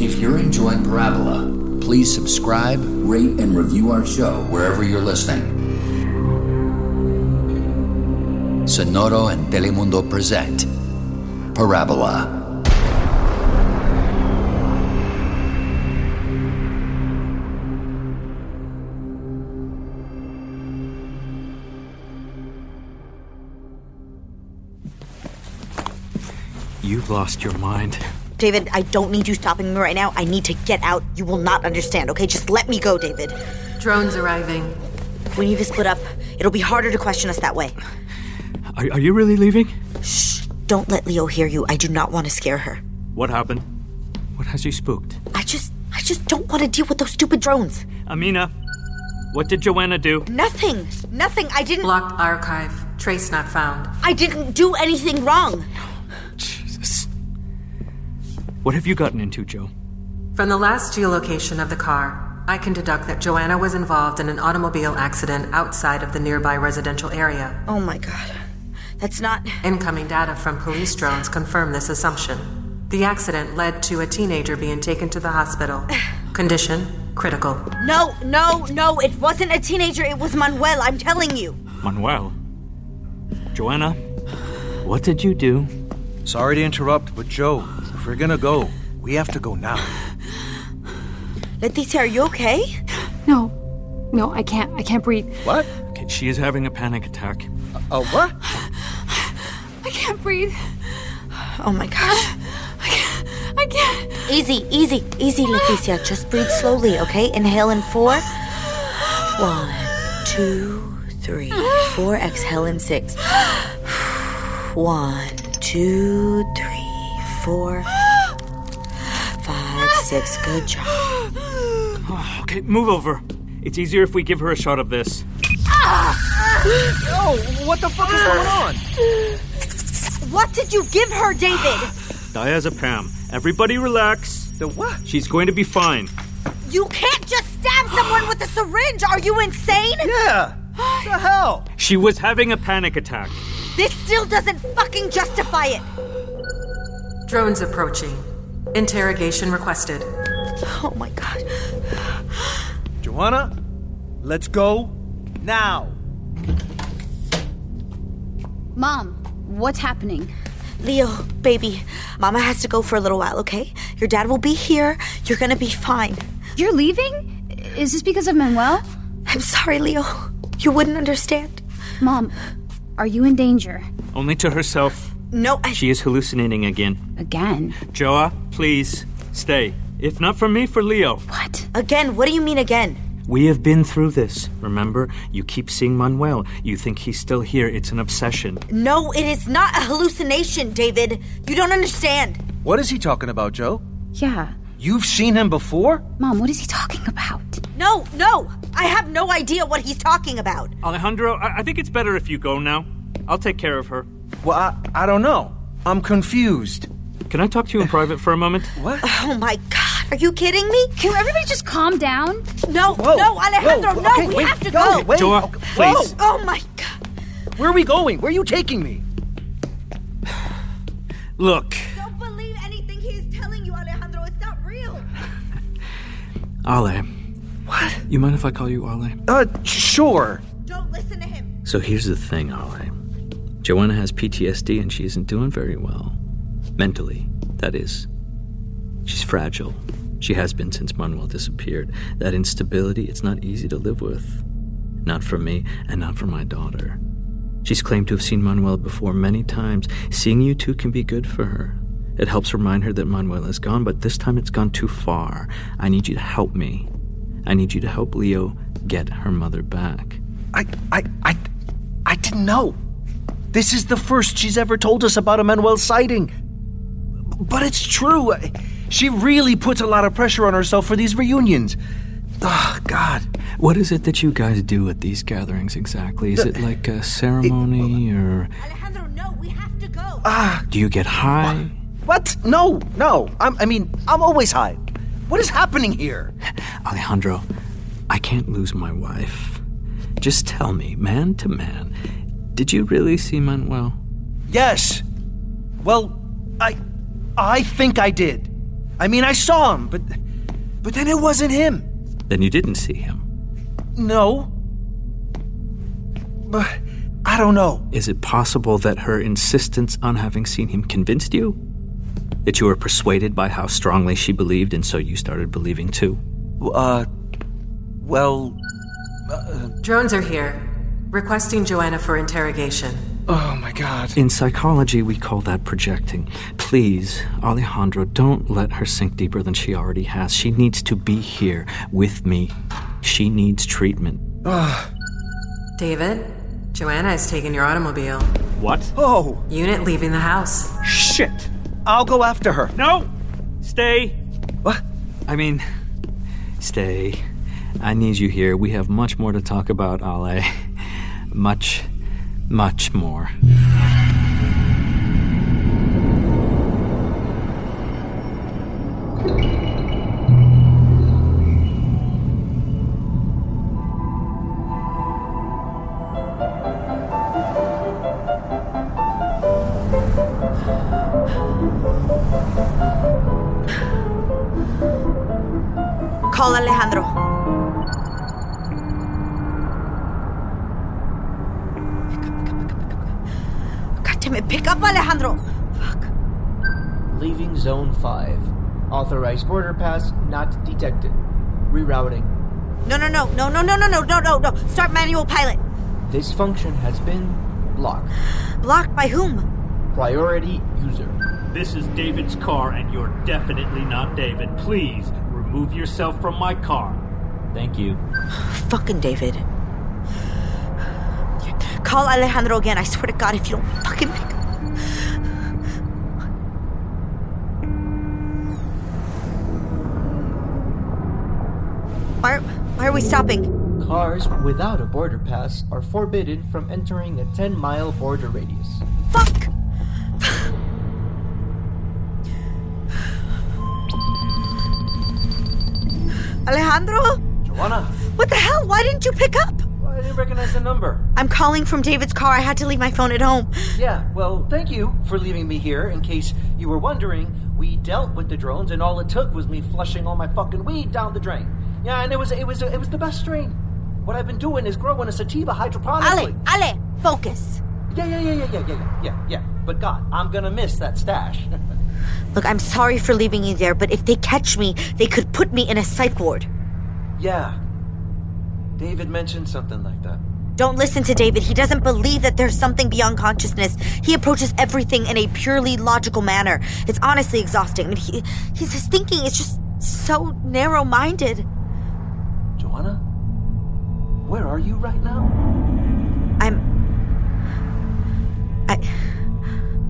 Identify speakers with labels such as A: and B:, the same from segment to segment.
A: enjoying Parabola, please subscribe, rate, and review our show wherever you're listening. Sonoro and Telemundo present Parabola.
B: You've lost your mind.
C: David, I don't need you stopping me right now. I need to get out. You will not understand, okay? Just let me go, David.
D: Drones arriving.
C: We need to split up. It'll be harder to question us that way.
B: Are, are you really leaving?
C: Don't let Leo hear you. I do not want to scare her.
B: What happened? What has you spooked?
C: I just I just don't want to deal with those stupid drones.
B: Amina, what did Joanna do?
C: Nothing. Nothing. I didn't
D: Blocked archive. Trace not found.
C: I didn't do anything wrong.
B: Jesus. What have you gotten into, Joe?
D: From the last geolocation of the car, I can deduct that Joanna was involved in an automobile accident outside of the nearby residential area.
C: Oh my god. That's not
D: Incoming data from police drones confirm this assumption. The accident led to a teenager being taken to the hospital. Condition critical.
C: No, no, no. It wasn't a teenager. It was Manuel. I'm telling you.
B: Manuel. Joanna, what did you do?
E: Sorry to interrupt, but Joe, if we're gonna go, we have to go now.
C: Leticia, are you okay?
F: No. No, I can't. I can't breathe.
E: What?
B: Okay, she is having a panic attack.
E: A what?
F: I can't breathe.
C: Oh my gosh.
F: I can't. I can't.
C: Easy, easy, easy, Leticia. Just breathe slowly, okay? Inhale in four. One, two, three, four. Exhale in six. One, two, three, four, five, six. Good job.
B: Oh, okay, move over. It's easier if we give her a shot of this.
E: Yo, what the fuck is going on?
C: What did you give her, David?
B: Diazepam. Everybody relax.
E: The what?
B: She's going to be fine.
C: You can't just stab someone with a syringe. Are you insane?
E: Yeah. What the hell?
B: She was having a panic attack.
C: This still doesn't fucking justify it.
D: Drones approaching. Interrogation requested.
C: Oh my god.
E: Joanna, let's go now.
F: Mom, what's happening?
C: Leo, baby, mama has to go for a little while, okay? Your dad will be here. You're gonna be fine.
F: You're leaving? Is this because of Manuel?
C: I'm sorry, Leo. You wouldn't understand.
F: Mom, are you in danger?
B: Only to herself.
C: No, I.
B: She is hallucinating again.
F: Again?
B: Joa, please, stay. If not for me, for Leo.
F: What?
C: Again, what do you mean again?
B: We have been through this, remember? You keep seeing Manuel. You think he's still here. It's an obsession.
C: No, it is not a hallucination, David. You don't understand.
E: What is he talking about, Joe?
F: Yeah.
E: You've seen him before?
F: Mom, what is he talking about?
C: No, no. I have no idea what he's talking about.
B: Alejandro, I, I think it's better if you go now. I'll take care of her.
E: Well, I, I don't know. I'm confused.
B: Can I talk to you in private for a moment?
E: What?
C: Oh my god. Are you kidding me?
F: Can everybody just calm down?
C: No,
E: Whoa.
C: no, Alejandro,
E: Whoa,
C: no.
E: okay,
C: we
E: wait,
C: have to
E: go,
C: go.
E: wait.
B: Joa,
E: okay,
B: please.
C: Oh my god.
E: whoa. Where are we going? Where are you taking me?
B: Look,
C: Don't believe anything he is telling you, Alejandro. It's not real.
B: Ale. What? You mind if I call you Ale?
E: Uh, sure.
C: Don't listen to him.
B: So here's the thing, Ale. Joanna has PTSD and she isn't doing very well. Mentally, that is. She's fragile. She has been since Manuel disappeared. That instability, it's not easy to live with. Not for me and not for my daughter. She's claimed to have seen Manuel before many times. Seeing you two can be good for her. It helps remind her that Manuel is gone, but this time it's gone too far. I need you to help me. I need you to help Leo get her mother back.
E: I, I, I, I didn't know. This is the first she's ever told us about a Manuel sighting. But it's true. She really puts a lot of pressure on herself for these reunions. Oh, God.
B: What is it that you guys do at these gatherings exactly? Is it like a ceremony or
C: Alejandro, no, we have to go.
B: do you get high?
E: What? No, no. I'm, I mean, I'm always high. What is happening here?
B: Alejandro, I can't lose my wife. Just tell me, man to man, did you really see Manuel?
E: Yes. Well, I, I think I did. I mean, I saw him, but
G: But then it wasn't him.
B: Then you didn't see him.
G: No. But I don't know.
B: Is it possible that her insistence on having seen him convinced you? That you were persuaded by how strongly she believed, and so you started believing too?
G: Uh, well,
D: Drones are here, requesting Joanna for interrogation.
G: oh my god.
B: In psychology, we call that projecting. Please, Alejandro, don't let her sink deeper than she already has. She needs to be here with me. She needs treatment.
D: David, Joanna has taken your automobile.
H: What?
G: Oh,
D: Unit leaving the house.
H: Shit!
G: I'll go after her.
H: No! Stay!
G: What?
B: I mean, stay. I need you here. We have much more to talk about, Ale. Much, much more.
C: Call Alejandro. Pick up, pick up, pick up, pick up. God damn it, pick up Alejandro! Fuck.
E: Leaving Zone 5. Authorized border pass not detected. Rerouting.
C: No, no, no, no, no, no, no, no, no, no, no. Start manual pilot.
E: This function has been blocked.
C: Blocked by whom?
E: Priority user.
H: This is David's car, and you're definitely not David. Please, remove yourself from my car.
B: Thank you.
C: Fucking David. Call Alejandro again. I swear to God, if you don't fucking pick up. Why are, why are we stopping?
E: Cars without a border pass are forbidden from entering a 10 mile border radius.
C: Fuck! Alejandro?
G: Joanna,
C: What the hell? Why didn't you pick up?
G: I didn't recognize the number.
C: I'm calling from David's car. I had to leave my phone at home.
E: Yeah, well, thank you for leaving me here. In case you were wondering, we dealt with the drones, and all it took was me flushing all my fucking weed down the drain. Yeah, and it was it was it was the best drain. What I've been doing is growing a sativa hydroponically.
C: Ale, Ale, focus.
E: Yeah, yeah, yeah, yeah, yeah, yeah, yeah, yeah. But God, I'm gonna miss that stash.
C: Look, I'm sorry for leaving you there, but if they catch me, they could put me in a psych ward.
E: yeah. David mentioned something like that.
C: Don't listen to David. He doesn't believe that there's something beyond consciousness. He approaches everything in a purely logical manner. It's honestly exhausting. I mean, he, his, his thinking is just so narrow minded.
E: Joanna? Where are you right now?
C: I'm. I.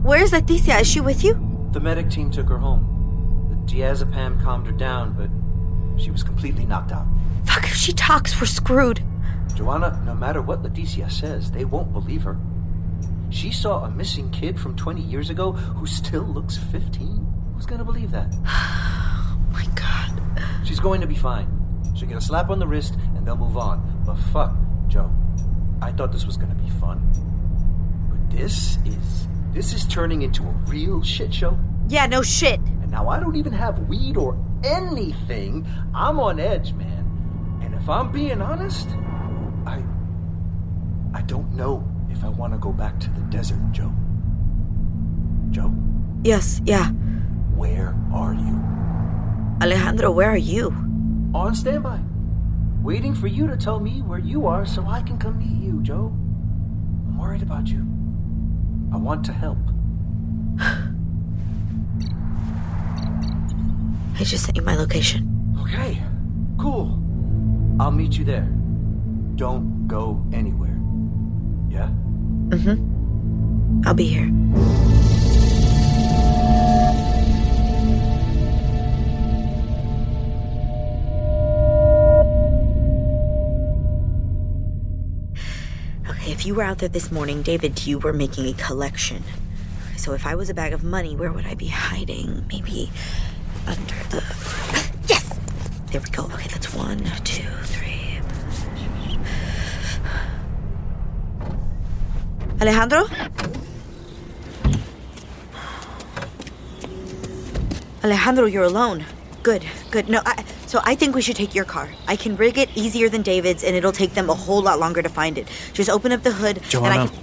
C: Where's Leticia? Is she with you?
E: The medic team took her home. The diazepam calmed her down, but she was completely knocked out.
C: Fuck, if she talks, we're screwed.
E: Joanna, no matter what Leticia says, they won't believe her. She saw a missing kid from 20 years ago who still looks 15. Who's gonna believe that?
C: Oh My god.
E: She's going to be fine. She'll get a slap on the wrist and they'll move on. But fuck, Joe. I thought this was gonna be fun. But this is. This is turning into a real shit show.
C: Yeah, no shit.
E: And now I don't even have weed or anything. I'm on edge, man. And if I'm being honest, I. I don't know if I wanna go back to the desert, Joe. Joe,
C: Yes, yeah.
E: where are you?
C: Alejandro, where are you?
E: on standby, waiting for you to tell me where you are so I can come meet you, Joe. I'm worried about you. I want to help.
C: I just sent you my location.
E: Okay, cool. I'll meet you there. Don't go anywhere. Yeah?
C: I'll be here. Okay, if you were out there this morning, David, you were making a collection. So if I was a bag of money, where would I be hiding? Maybe under the. Yes! There we go. Okay, that's one, two, three. Alejandro? Alejandro, you're alone. Good, good. No, I, So I think we should take your car. I can rig it easier than David's, and it'll take them a whole lot longer to find it. Just open up the hood, and I
E: Joanna,
C: can.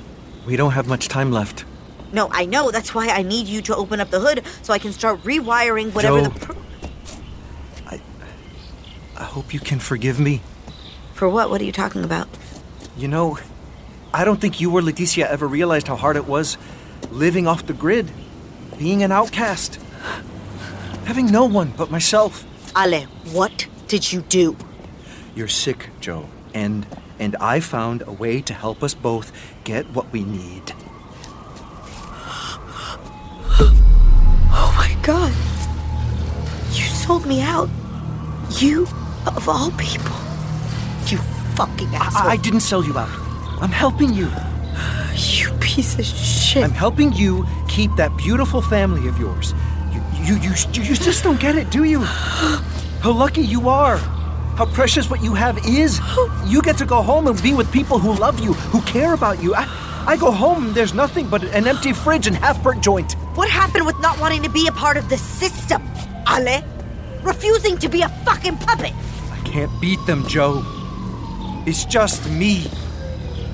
E: we don't have much time left.
C: No, I know. That's why I need you to open up the hood so I can start rewiring whatever
E: Joe.
C: the. Pro-
E: I hope you can forgive me.
C: For what? What are you talking about?
E: You know, I don't think you or Leticia ever realized how hard it was living off the grid, being an outcast, having no one but myself.
C: Ale, what did you do?
E: You're sick, Joe, and and I found a way to help us both get what we need.
C: Oh my god. You sold me out. You, of all people. You fucking asshole.
E: I, I didn't sell you out. I'm helping you.
C: you piece of shit.
E: I'm helping you keep that beautiful family of yours. You, you, you, you, you just don't get it, do you? How lucky you are. How precious what you have is. You get to go home and be with people who love you, who care about you. I, I go home and there's nothing but an empty fridge and half burnt joint.
C: What happened with not wanting to be a part of the system, Ale? Refusing to be a fucking puppet.
E: I can't beat them, Joe. It's just me.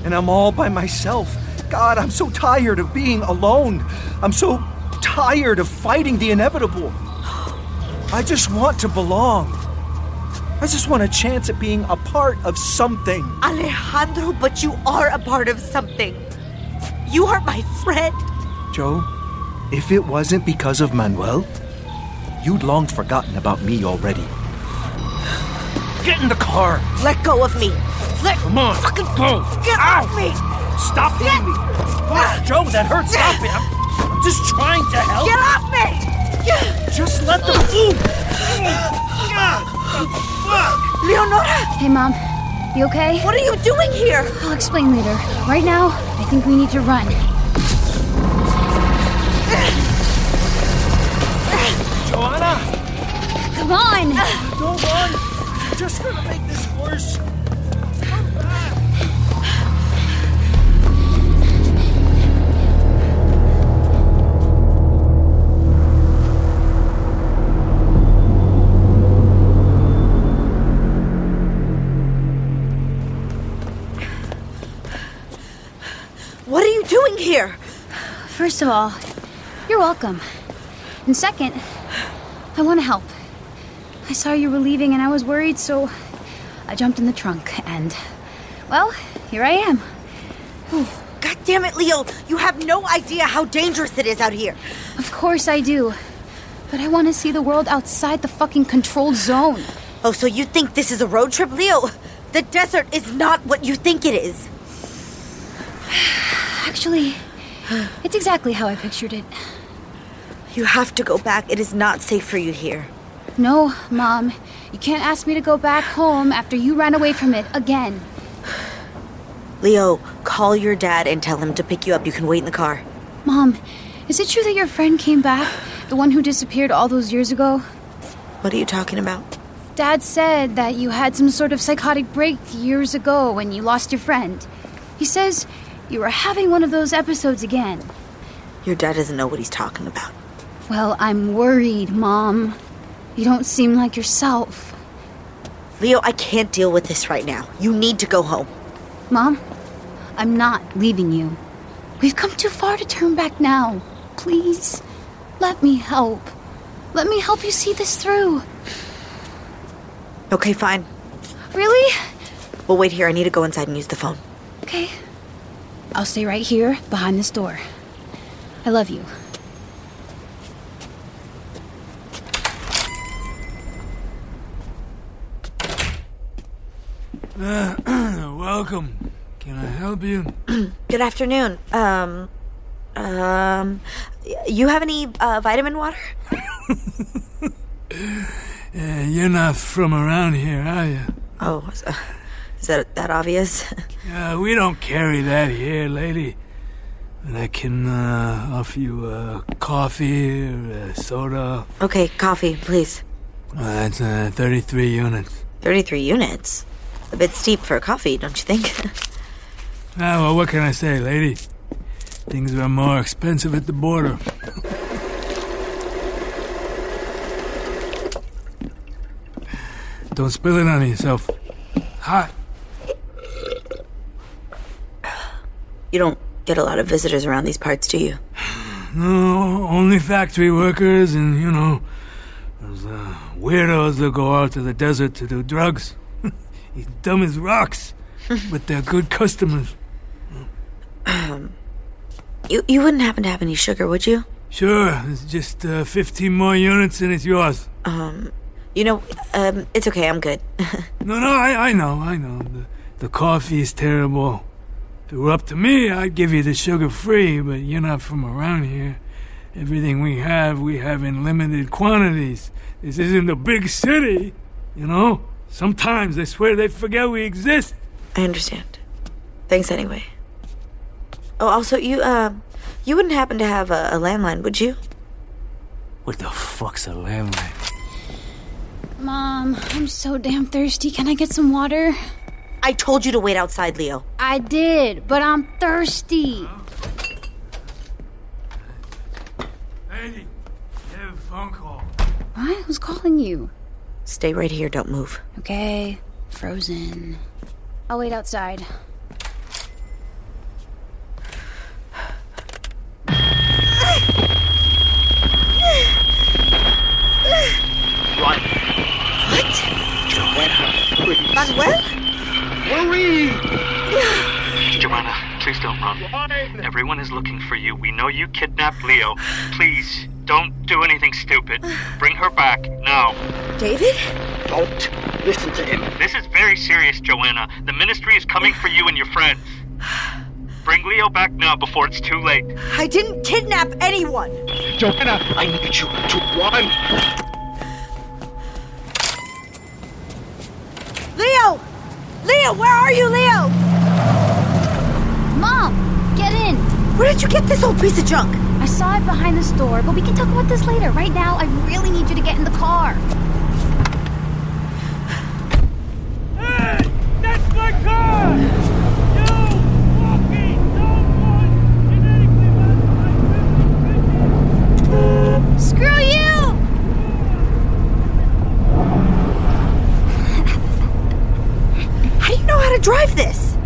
E: And I'm all by myself. God, I'm so tired of being alone. I'm so tired of fighting the inevitable. I just want to belong. I just want a chance at being a part of something.
C: Alejandro, but you are a part of something. You are my friend.
E: Joe, if it wasn't because of Manuel, you'd long forgotten about me already. Get in the car.
C: Let go of me. Let
E: Come on.
C: fucking
E: Go.
C: get
E: Ow.
C: off me.
E: Stop hitting me! Oh, Joe, that hurts! Stop it! I'm, I'm just trying to help.
C: Get off me.
E: Just let them move.
C: Leonora,
F: Hey, Mom. You okay?
C: what are you doing here?
F: I'll explain later. Right now, I think we need to run.
E: Joanna,
F: Come on!
E: don't run. You're just gonna make this worse.
C: What are you doing here?
F: First of all, you're welcome. And second, I want to help. I saw you were leaving and I was worried, so I jumped in the trunk and. Well, here I am.
C: God damn it, Leo. You have no idea how dangerous it is out here.
F: Of course I do. But I want to see the world outside the fucking controlled zone.
C: Oh, so you think this is a road trip, Leo? The desert is not what you think it is.
F: Actually, it's exactly how I pictured it.
C: You have to go back. It is not safe for you here.
F: No, Mom, you can't ask me to go back home after you ran away from it again.
C: Leo, call your dad and tell him to pick you up. You can wait in the car.
F: Mom, is it true that your friend came back? The one who disappeared all those years ago?
C: What are you talking about?
F: Dad said that you had some sort of psychotic break years ago when you lost your friend. He says you were having one of those episodes again.
C: Your dad doesn't know what he's talking about.
F: Well, I'm worried, Mom. You don't seem like yourself.
C: Leo, I can't deal with this right now. You need to go home.
F: Mom, I'm not leaving you. We've come too far to turn back now. Please, let me help. Let me help you see this through.
C: Okay, fine.
F: Really?
C: We'll wait here. I need to go inside and use the phone.
F: Okay. I'll stay right here behind this door. I love you.
I: Welcome. Can I help you?
C: Good afternoon. Um, um, y- you have any uh, vitamin water?
I: Uh, you're not from around here, are you?
C: Oh, is- uh, is that that obvious?
I: Uh, we don't carry that here, lady. But I can uh, offer you uh, coffee or uh, soda.
C: okay, coffee, please.
I: Uh, that's uh, 33 units.
C: 33 units. A bit steep for a coffee, don't you think?
I: Ah, well, what can I say, lady? Things were more expensive at the border. Don't spill it on yourself. Hot.
C: You don't get a lot of visitors around these parts, do you?
I: No, only factory workers and, you know, those uh, weirdos that go out to the desert to do drugs. He's dumb as rocks, but they're good customers.
C: You you wouldn't happen to have any sugar, would you?
I: Sure, it's just uh, 15 more units and it's yours.
C: You know, um, it's okay. I'm good.
I: No, no, I, I know, I know. The, the coffee is terrible. If it were up to me, I'd give you the sugar free, but you're not from around here. Everything we have, we have in limited quantities. This isn't a big city, you know? Sometimes I swear they forget we exist.
C: I understand. Thanks anyway. Oh, also, you um, you wouldn't happen to have a, a landline, would you?
I: What the fuck's a landline?
F: Mom, I'm so damn thirsty. Can I get some water?
C: I told you to wait outside, Leo.
F: I did, but I'm thirsty.
I: Lady, you have a phone call.
F: What? Who's calling you?
C: Stay right here. Don't move.
F: Okay, frozen. I'll wait outside.
C: Manuel?
H: Joanna, please don't run. Everyone is looking for you. We know you kidnapped Leo. Please, don't do anything stupid. Bring her back now.
C: David?
H: Don't listen to him. This is very serious, Joanna. The ministry is coming for you and your friends. Bring Leo back now before it's too late.
C: I didn't kidnap anyone.
H: Joanna, I need you to run.
C: Leo! Leo, where are you, Leo?
F: Mom, get in.
C: Where did you get this old piece of junk?
F: I saw it behind the store, but we can talk about this later. Right now, I really need you to get in the car. Screw you!
C: How do you know how to drive this?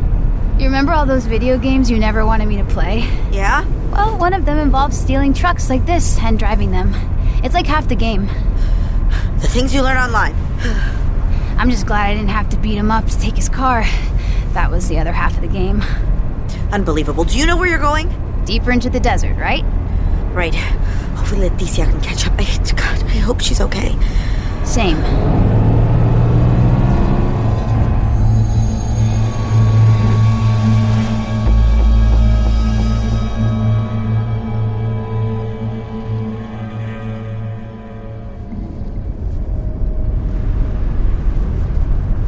F: You remember all those video games you never wanted me to play?
C: Yeah?
F: Well, one of them involves stealing trucks like this and driving them. It's like half the game.
C: The things you learn online.
F: I'm just glad I didn't have to beat him up to take his car. That was the other half of the game.
C: Unbelievable. Do you know where you're going?
F: Deeper into the desert, right?
C: Right. Hopefully Leticia can catch up. I, God, I hope she's okay.
F: Same.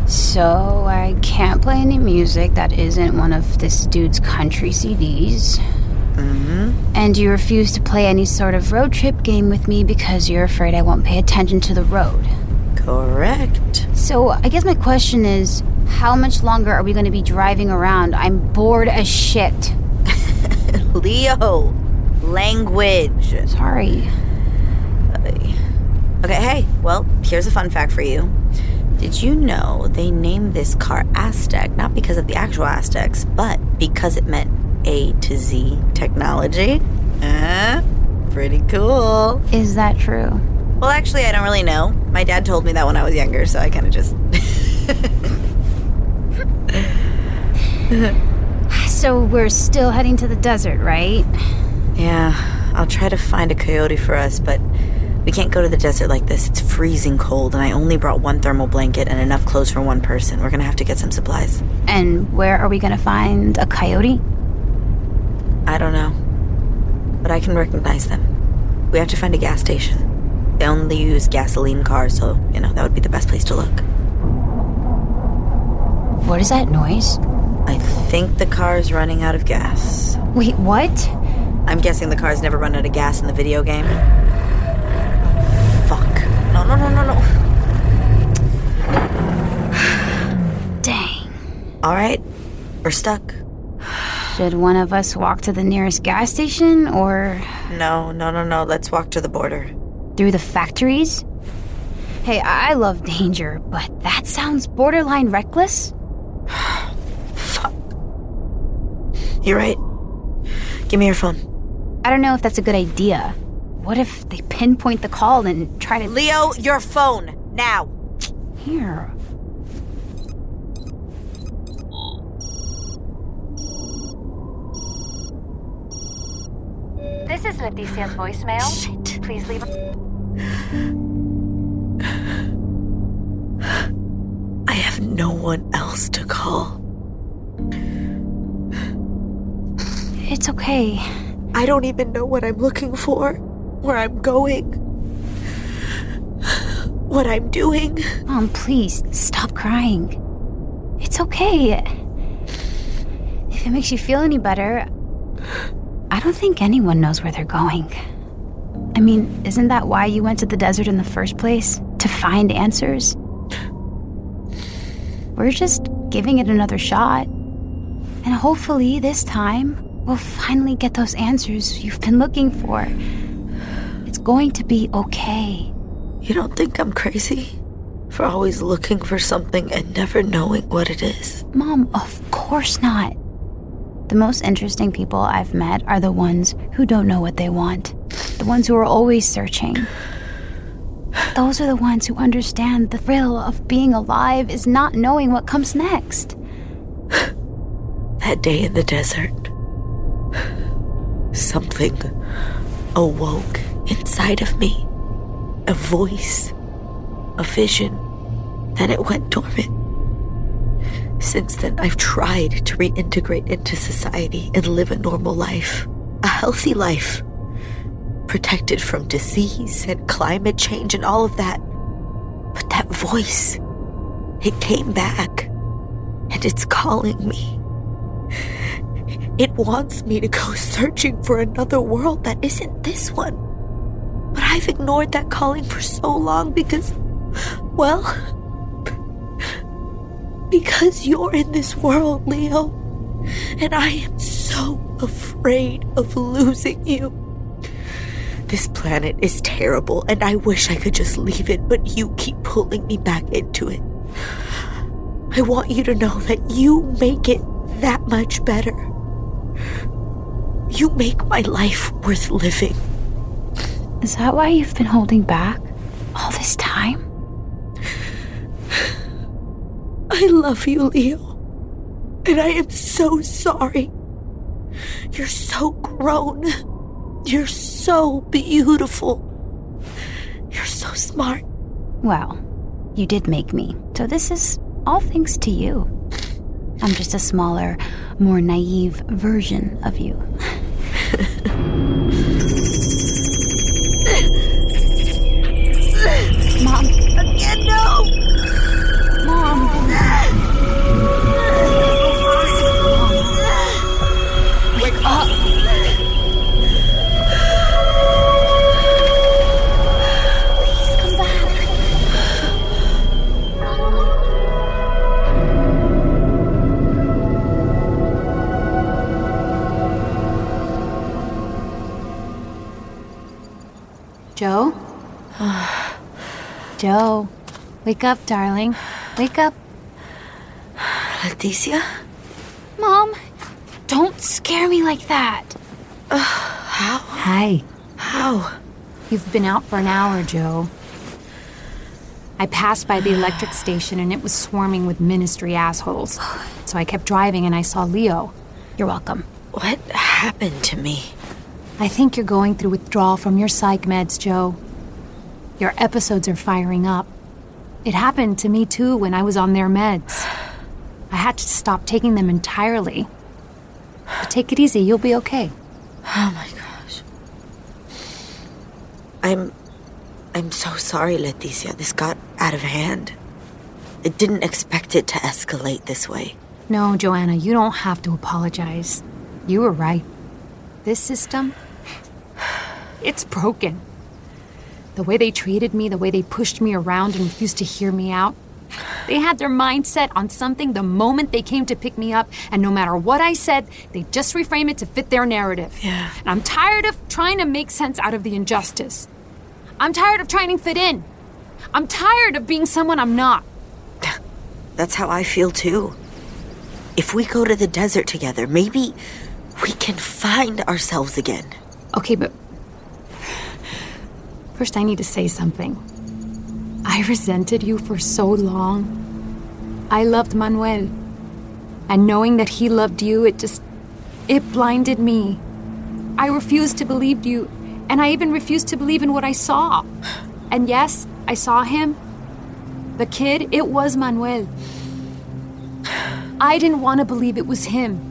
F: So I can't play any music that isn't one of this dude's country CDs. And you refuse to play any sort of road trip game with me because you're afraid I won't pay attention to the road.
C: Correct.
F: So I guess my question is how much longer are we going to be driving around? I'm bored as shit.
C: Leo, language.
F: Sorry.
C: Okay, hey, well, here's a fun fact for you. Did you know they named this car Aztec not because of the actual Aztecs, but because it meant A to Z technology? Uh, pretty cool.
F: Is that true?
C: Well, actually, I don't really know. My dad told me that when I was younger, so I kind of just.
F: So we're still heading to the desert, right?
C: yeah, I'll try to find a coyote for us, but we can't go to the desert like this. It's freezing cold, and I only brought one thermal blanket and enough clothes for one person. We're gonna have to get some supplies.
F: And where are we going to find a coyote?
C: I don't know. But I can recognize them. We have to find a gas station. They only use gasoline cars, so, you know, that would be the best place to look.
F: What is that noise?
C: I think the car's running out of gas.
F: Wait, what?
C: I'm guessing the car's never run out of gas in the video game. Fuck. No, no, no, no, no.
F: Dang.
C: All right, we're stuck.
F: Should one of us walk to the nearest gas station or
C: No, no, no, no. Let's walk to the border.
F: through the factories? Hey, I I love danger, but that sounds borderline reckless.
C: You're right. Give me your phone.
F: I don't know if that's a good idea. What if they pinpoint the call and try to.
C: Leo, your phone! Now!
F: Here.
J: This is Leticia's voicemail. Please leave a.
C: I have no one else to call.
F: It's okay.
C: I don't even know what I'm looking for, where I'm going, what I'm doing.
F: Mom, please stop crying. It's okay. If it makes you feel any better, I don't think anyone knows where they're going. I mean, isn't that why you went to the desert in the first place? To find answers? We're just giving it another shot. And hopefully, this time, we'll finally get those answers you've been looking for. It's going to be okay.
C: You don't think I'm crazy? For always looking for something and never knowing what it is.
F: Mom, of course not. The most interesting people I've met are the ones who don't know what they want, the ones who are always searching. Those are the ones who understand the thrill of being alive is not knowing what comes next.
C: That day in the desert, something awoke inside of me a voice, a vision. Then it went dormant. Since then, I've tried to reintegrate into society and live a normal life, a healthy life, protected from disease and climate change and all of that. But that voice, it came back and it's calling me. It wants me to go searching for another world that isn't this one. But I've ignored that calling for so long because, well, because you're in this world, Leo. And I am so afraid of losing you. This planet is terrible, and I wish I could just leave it, but you keep pulling me back into it. I want you to know that you make it that much better. You make my life worth living.
F: Is that why you've been holding back all this time?
C: I love you, Leo. And I am so sorry. You're so grown. You're so beautiful. You're so smart.
F: Well, you did make me, so this is all thanks to you. I'm just a smaller, more naive version of you. Mom,
C: Again, no!
F: Mom, wake up! Please come back. Joe? Joe, wake up, darling. Wake up.
C: Leticia?
F: Mom, don't scare me like that.
C: How?
K: Hi.
C: How?
K: You've been out for an hour, Joe. I passed by the electric station and it was swarming with ministry assholes. So I kept driving and I saw Leo.
F: You're welcome.
C: What happened to me?
K: I think you're going through withdrawal from your psych meds, Joe. Your episodes are firing up. It happened to me too when I was on their meds. I had to stop taking them entirely. But take it easy, you'll be okay.
C: Oh my gosh. I'm. I'm so sorry, Leticia. This got out of hand. I didn't expect it to escalate this way.
K: No, Joanna, you don't have to apologize. You were right. This system, it's broken. The way they treated me, the way they pushed me around and refused to hear me out. They had their mind set on something the moment they came to pick me up, and no matter what I said, they just reframe it to fit their narrative.
C: Yeah.
K: And I'm tired of trying to make sense out of the injustice. I'm tired of trying to fit in. I'm tired of being someone I'm not.
C: That's how I feel too. If we go to the desert together, maybe we can find ourselves again.
K: Okay, but first I need to say something. I resented you for so long. I loved Manuel. And knowing that he loved you, it just. it blinded me. I refused to believe you, and I even refused to believe in what I saw. And yes, I saw him. The kid, it was Manuel. I didn't want to believe it was him,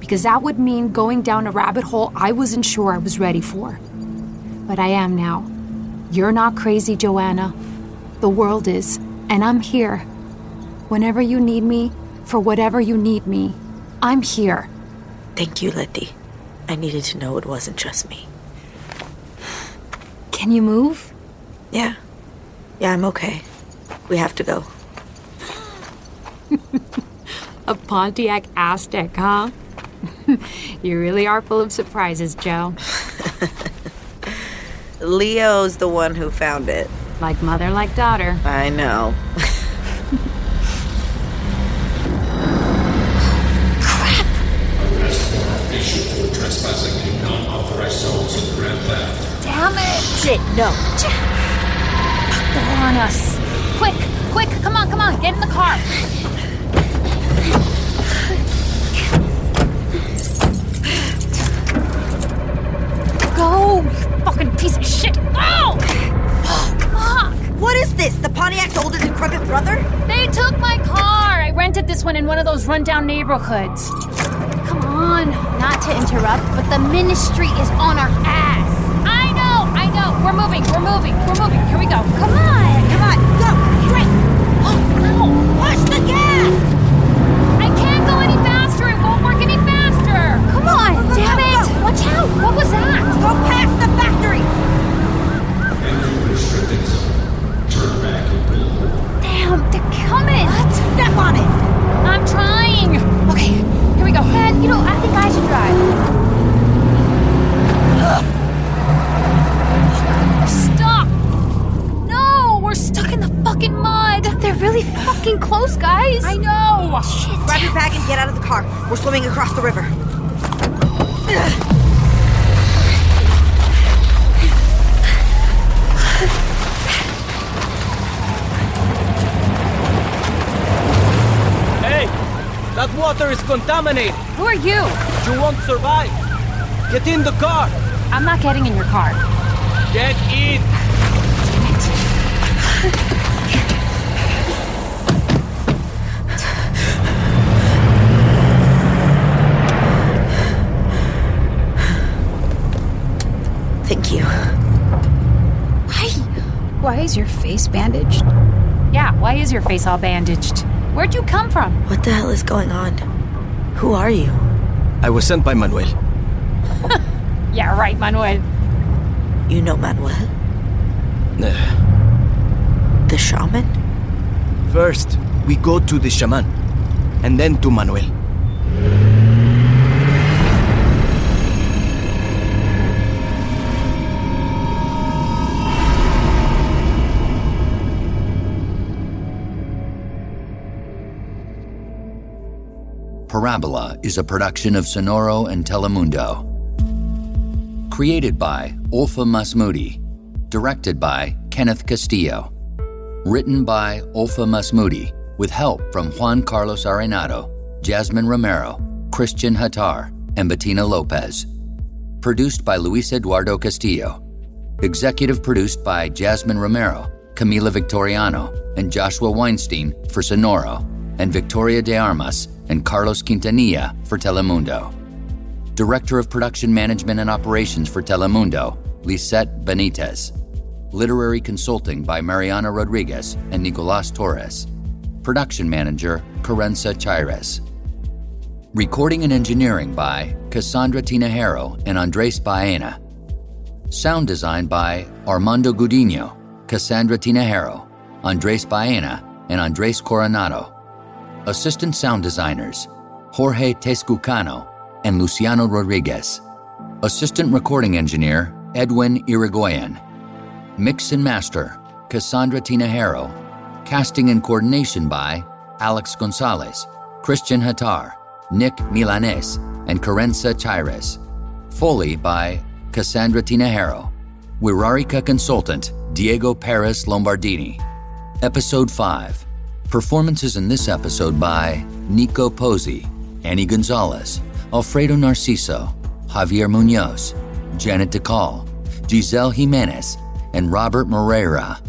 K: because that would mean going down a rabbit hole I wasn't sure I was ready for. But I am now. You're not crazy, Joanna. The world is, and I'm here. Whenever you need me, for whatever you need me, I'm here.
C: Thank you, Letty. I needed to know it wasn't just me.
K: Can you move?
C: Yeah. Yeah, I'm okay. We have to go.
K: A Pontiac Aztec, huh? you really are full of surprises, Joe.
C: Leo's the one who found it.
K: Like mother, like daughter.
C: I know.
F: Damn it!
C: Shit, no.
F: They're on us. Quick, quick, come on, come on, get in the car.
K: Go, you fucking piece of shit. Go!
C: Fuck! What is this? The Pontiac's older decrepit brother?
F: They took my car. I rented this one in one of those rundown neighborhoods. Come on, not to interrupt, but the ministry is on our ass. I know, I know. We're moving, we're moving, we're moving. Here we go. Come on, come on, go straight. Oh no, push the gas. I can't go any faster. It won't work any faster. Come on, damn it! Watch out. What was that? Go past the factory. Damn, they're coming! Let's step on it! I'm trying! Okay, here we go. Man, you know, I think I should drive. Stop! No, we're stuck in the fucking mud! They're really fucking close, guys! I know! Shit!
C: Grab your bag and get out of the car. We're swimming across the river.
L: Hey, that water is contaminated.
K: Who are you?
L: You won't survive. Get in the car.
K: I'm not getting in your car.
L: Get in.
C: Thank you.
F: Why? Why is your face bandaged?
K: Yeah, why is your face all bandaged? Where'd you come from?
C: What the hell is going on? Who are you?
M: I was sent by Manuel.
K: Yeah, right, Manuel.
C: You know Manuel,
M: Eh,
C: the shaman?
M: First, we go to the shaman, and then to Manuel.
A: Parabola is a production of Sonoro and Telemundo. Created by Olfa Masmoudi. Directed by Kenneth Castillo. Written by Olfa Masmoudi with help from Juan Carlos Arenado, Jasmine Romero, Christian Hattar, and Bettina Lopez. Produced by Luis Eduardo Castillo. Executive produced by Jasmine Romero, Camila Victoriano, and Joshua Weinstein for Sonoro, and Victoria de Armas and Carlos Quintanilla for Telemundo. Director of Production Management and Operations for Telemundo, Lisette Benitez. Literary Consulting by Mariana Rodriguez and Nicolas Torres. Production Manager, Carenza Chires. Recording and Engineering by Cassandra Tinajero and Andres Baena. Sound design by Armando Gudinho, Cassandra Tinajero, Andres Baena, and Andres Coronado. Assistant sound designers Jorge Tezcucano and Luciano Rodriguez. Assistant recording engineer Edwin Irigoyen. Mix and master Cassandra Tina Harrow. Casting and coordination by Alex Gonzalez, Christian Hattar, Nick Milanes, and Karenza Chires. Foley by Cassandra Tina Harrow. Wirarica consultant Diego Perez Lombardini. Episode 5. Performances in this episode by Nico Posey, Annie Gonzalez, Alfredo Narciso, Javier Munoz, Janet DeCall, Giselle Jimenez, and Robert Moreira.